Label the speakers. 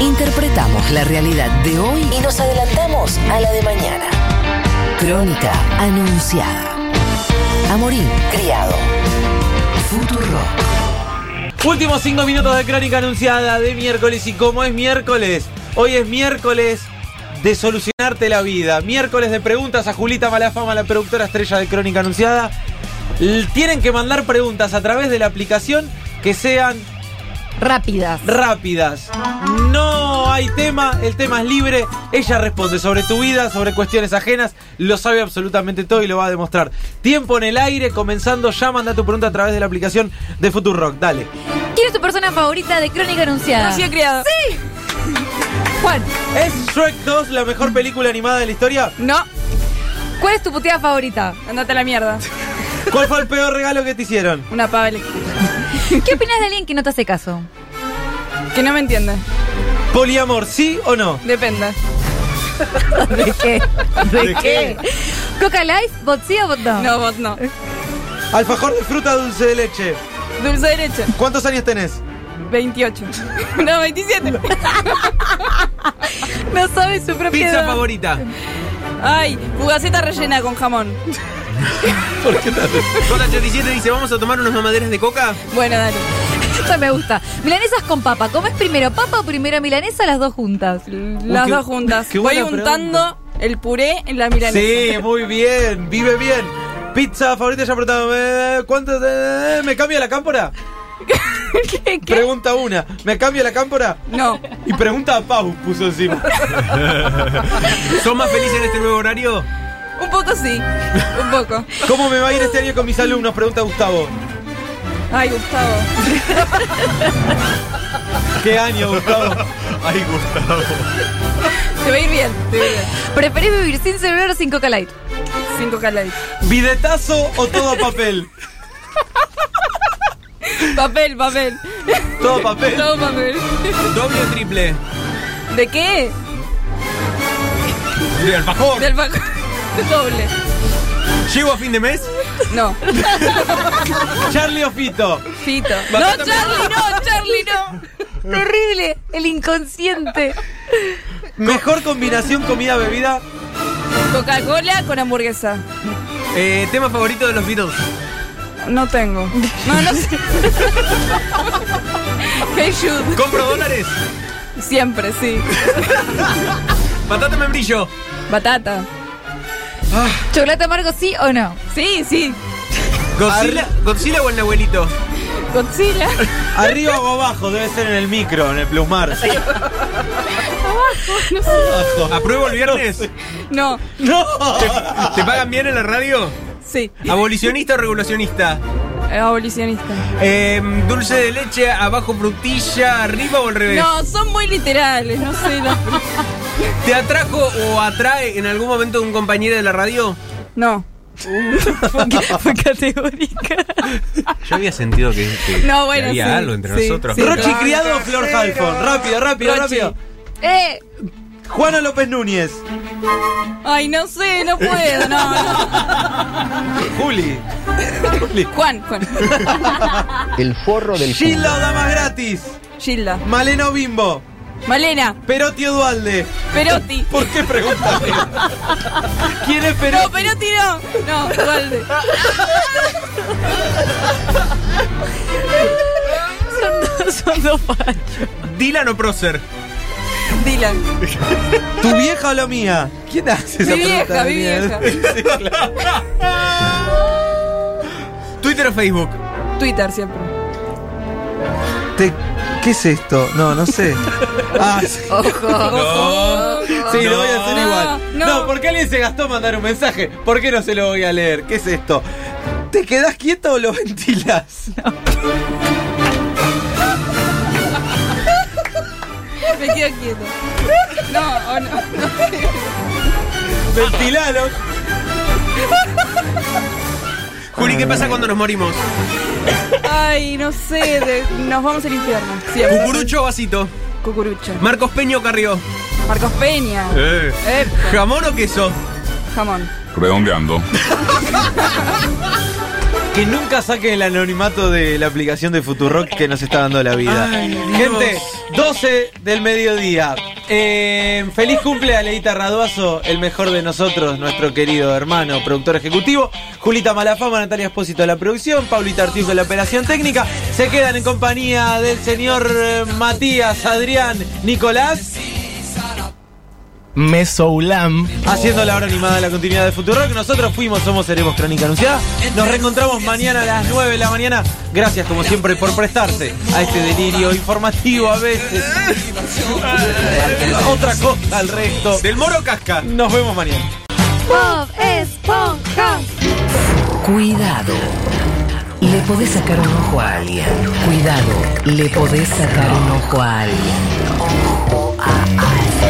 Speaker 1: Interpretamos la realidad de hoy y nos adelantamos a la de mañana. Crónica anunciada. Amorín criado. Futuro.
Speaker 2: Últimos cinco minutos de crónica anunciada de miércoles y como es miércoles, hoy es miércoles de solucionarte la vida. Miércoles de preguntas a Julita Malafama, la productora estrella de Crónica Anunciada. L- Tienen que mandar preguntas a través de la aplicación que sean
Speaker 3: Rápidas.
Speaker 2: rápidas. No hay tema, el tema es libre. Ella responde sobre tu vida, sobre cuestiones ajenas, lo sabe absolutamente todo y lo va a demostrar. Tiempo en el aire, comenzando ya, manda tu pregunta a través de la aplicación de Futurock. Dale.
Speaker 3: ¿Quién es tu persona favorita de Crónica Anunciada?
Speaker 4: Rocío Criado. Sí.
Speaker 3: Juan,
Speaker 2: ¿Es Shrek 2 la mejor película animada de la historia?
Speaker 4: No,
Speaker 3: ¿cuál es tu puteada favorita?
Speaker 4: andate a la mierda.
Speaker 2: ¿Cuál fue el peor regalo que te hicieron?
Speaker 4: Una pava eléctrica.
Speaker 3: ¿Qué opinas de alguien que no te hace caso?
Speaker 4: Que no me entienda.
Speaker 2: ¿Poliamor, sí o no?
Speaker 4: Depende.
Speaker 3: ¿De qué?
Speaker 2: ¿De qué?
Speaker 3: ¿Coca Life? ¿Bot sí o bot no?
Speaker 4: No, vos no.
Speaker 2: Alfajor de fruta dulce de leche.
Speaker 4: Dulce derecho.
Speaker 2: ¿Cuántos años tenés?
Speaker 4: 28. No, 27.
Speaker 3: No sabe su propia
Speaker 2: Pizza
Speaker 3: edad.
Speaker 2: favorita.
Speaker 4: Ay, fugaceta rellena con jamón.
Speaker 5: Cota 87 dice, vamos a tomar unos mamaderas de coca.
Speaker 4: Bueno, dale.
Speaker 3: Esta me gusta. Milanesas con papa. ¿Comes primero papa o primero milanesa? Las dos juntas.
Speaker 4: Las
Speaker 2: qué-
Speaker 4: dos juntas.
Speaker 2: qué
Speaker 4: Voy
Speaker 2: buena
Speaker 4: untando el puré en la milanesa.
Speaker 2: Sí, muy bien, vive bien. Pizza favorita ya preguntaba. ¿Cuánto? eh, ¿Me cambia la cámpora? Pregunta una. ¿Me cambia la cámpora?
Speaker 4: No.
Speaker 2: Y pregunta a Pau, puso encima.
Speaker 5: ¿Son más felices en este nuevo horario?
Speaker 4: Un poco sí. Un poco.
Speaker 2: ¿Cómo me va a ir este año con mis alumnos? Pregunta Gustavo.
Speaker 4: Ay, Gustavo.
Speaker 2: ¿Qué año, Gustavo?
Speaker 6: Ay, Gustavo.
Speaker 4: Te va a ir bien. Te va a ir bien.
Speaker 3: ¿Preferís vivir sin celular o sin Coca Light?
Speaker 4: Cinco calais.
Speaker 2: ¿Bidetazo o todo a papel?
Speaker 4: Papel, papel.
Speaker 2: Todo a papel.
Speaker 4: Todo papel.
Speaker 5: ¿Doble o triple?
Speaker 4: ¿De qué?
Speaker 5: De alfajor.
Speaker 4: Del banco. Doble.
Speaker 5: ¿Llego a fin de mes?
Speaker 4: No.
Speaker 2: Charlie o Fito.
Speaker 4: Fito. No, Charlie, no, Charlie, no.
Speaker 3: Horrible. El inconsciente.
Speaker 2: Mejor combinación comida-bebida.
Speaker 4: Coca-Cola con hamburguesa.
Speaker 5: Eh, ¿Tema favorito de los Beatles?
Speaker 4: No tengo. No, no sé. Hey Jude.
Speaker 5: ¿Compro dólares?
Speaker 4: Siempre, sí.
Speaker 5: ¿Patata membrillo?
Speaker 4: Batata.
Speaker 2: Ah,
Speaker 3: ¿Chocolate amargo sí o no?
Speaker 4: Sí, sí.
Speaker 5: ¿Godzilla, ¿Godzilla o el abuelito?
Speaker 4: Godzilla.
Speaker 2: Arriba o abajo, debe ser en el micro, en el plusmar.
Speaker 5: ¿Apruebo el viernes?
Speaker 4: No,
Speaker 2: ¡No!
Speaker 5: ¿Te pagan bien en la radio?
Speaker 4: sí.
Speaker 5: ¿Abolicionista o regulacionista?
Speaker 4: Abolicionista.
Speaker 5: Eh, ¿Dulce de leche, abajo frutilla, arriba o al revés?
Speaker 4: No, son muy literales, no sé. no.
Speaker 5: ¿Te atrajo o atrae en algún momento un compañero de la radio?
Speaker 4: No. Fue categórica.
Speaker 5: Yo había sentido que, que-
Speaker 4: No,
Speaker 5: que
Speaker 4: bueno,
Speaker 5: había
Speaker 4: sí,
Speaker 5: algo entre
Speaker 4: sí,
Speaker 5: nosotros.
Speaker 4: sí.
Speaker 2: Rochi criado o Flor Halfon. Rápido, rápido,
Speaker 4: Rochi.
Speaker 2: rápido.
Speaker 3: ¡Eh!
Speaker 2: Juana López Núñez.
Speaker 4: Ay, no sé, no puedo, no, no.
Speaker 2: Juli.
Speaker 4: Juan, Juan.
Speaker 7: El forro del
Speaker 2: Gilda o Damas Gratis.
Speaker 4: Gilda.
Speaker 2: Malena o Bimbo.
Speaker 4: Malena.
Speaker 2: Perotti o Dualde.
Speaker 4: Perotti.
Speaker 2: ¿Por qué preguntas? ¿Quién es
Speaker 4: No,
Speaker 2: Perotti?
Speaker 4: Perotti no. No, Dualde.
Speaker 5: Dylan o Procer.
Speaker 4: Dylan.
Speaker 2: ¿Tu vieja o la mía? ¿Quién hace esa
Speaker 4: Mi
Speaker 2: pregunta?
Speaker 4: vieja, mi vieja.
Speaker 5: Twitter o Facebook.
Speaker 4: Twitter siempre.
Speaker 2: Te- ¿Qué es esto? No, no sé. Ah, sí,
Speaker 4: Ojo.
Speaker 2: sí, lo voy a hacer
Speaker 4: No,
Speaker 2: igual. No,
Speaker 4: no.
Speaker 2: porque alguien se gastó mandar un mensaje. ¿Por qué no se lo voy a leer? ¿Qué es esto? ¿Te quedás quieto o lo ventilas?
Speaker 4: Me quedo quieto. No, o no.
Speaker 2: Ventilalo.
Speaker 5: Juli, ¿qué pasa cuando nos morimos?
Speaker 4: Ay, no sé. de- nos vamos al infierno. Siempre.
Speaker 5: ¿Cucurucho o vasito?
Speaker 4: Cucurucho.
Speaker 5: ¿Marcos Peño o Carrió?
Speaker 4: Marcos Peña. Eh,
Speaker 5: ¿Jamón o queso?
Speaker 4: jamón.
Speaker 6: Redondeando.
Speaker 2: Que nunca saquen el anonimato de la aplicación de Futurock que nos está dando la vida.
Speaker 5: Ay, Dios.
Speaker 2: Gente, 12 del mediodía. Eh, feliz cumple a Leita Raduazo, el mejor de nosotros, nuestro querido hermano, productor ejecutivo. Julita Malafama, Natalia Espósito de la producción, Paulita Artiz de la operación técnica. Se quedan en compañía del señor eh, Matías, Adrián, Nicolás,
Speaker 8: Mesoulam.
Speaker 2: haciendo la hora animada de la continuidad de Futurock. Nosotros fuimos, somos Seremos Crónica Anunciada. Nos reencontramos mañana a las 9 de la mañana. Gracias, como siempre, por prestarse a este delirio informativo a veces. Otra cosa al resto.
Speaker 5: Del moro casca.
Speaker 2: Nos vemos mañana.
Speaker 3: Bob Esponja.
Speaker 1: Cuidado. Le podés sacar un ojo a alguien. Cuidado. Le podés sacar un ojo a alguien. Ojo a alguien.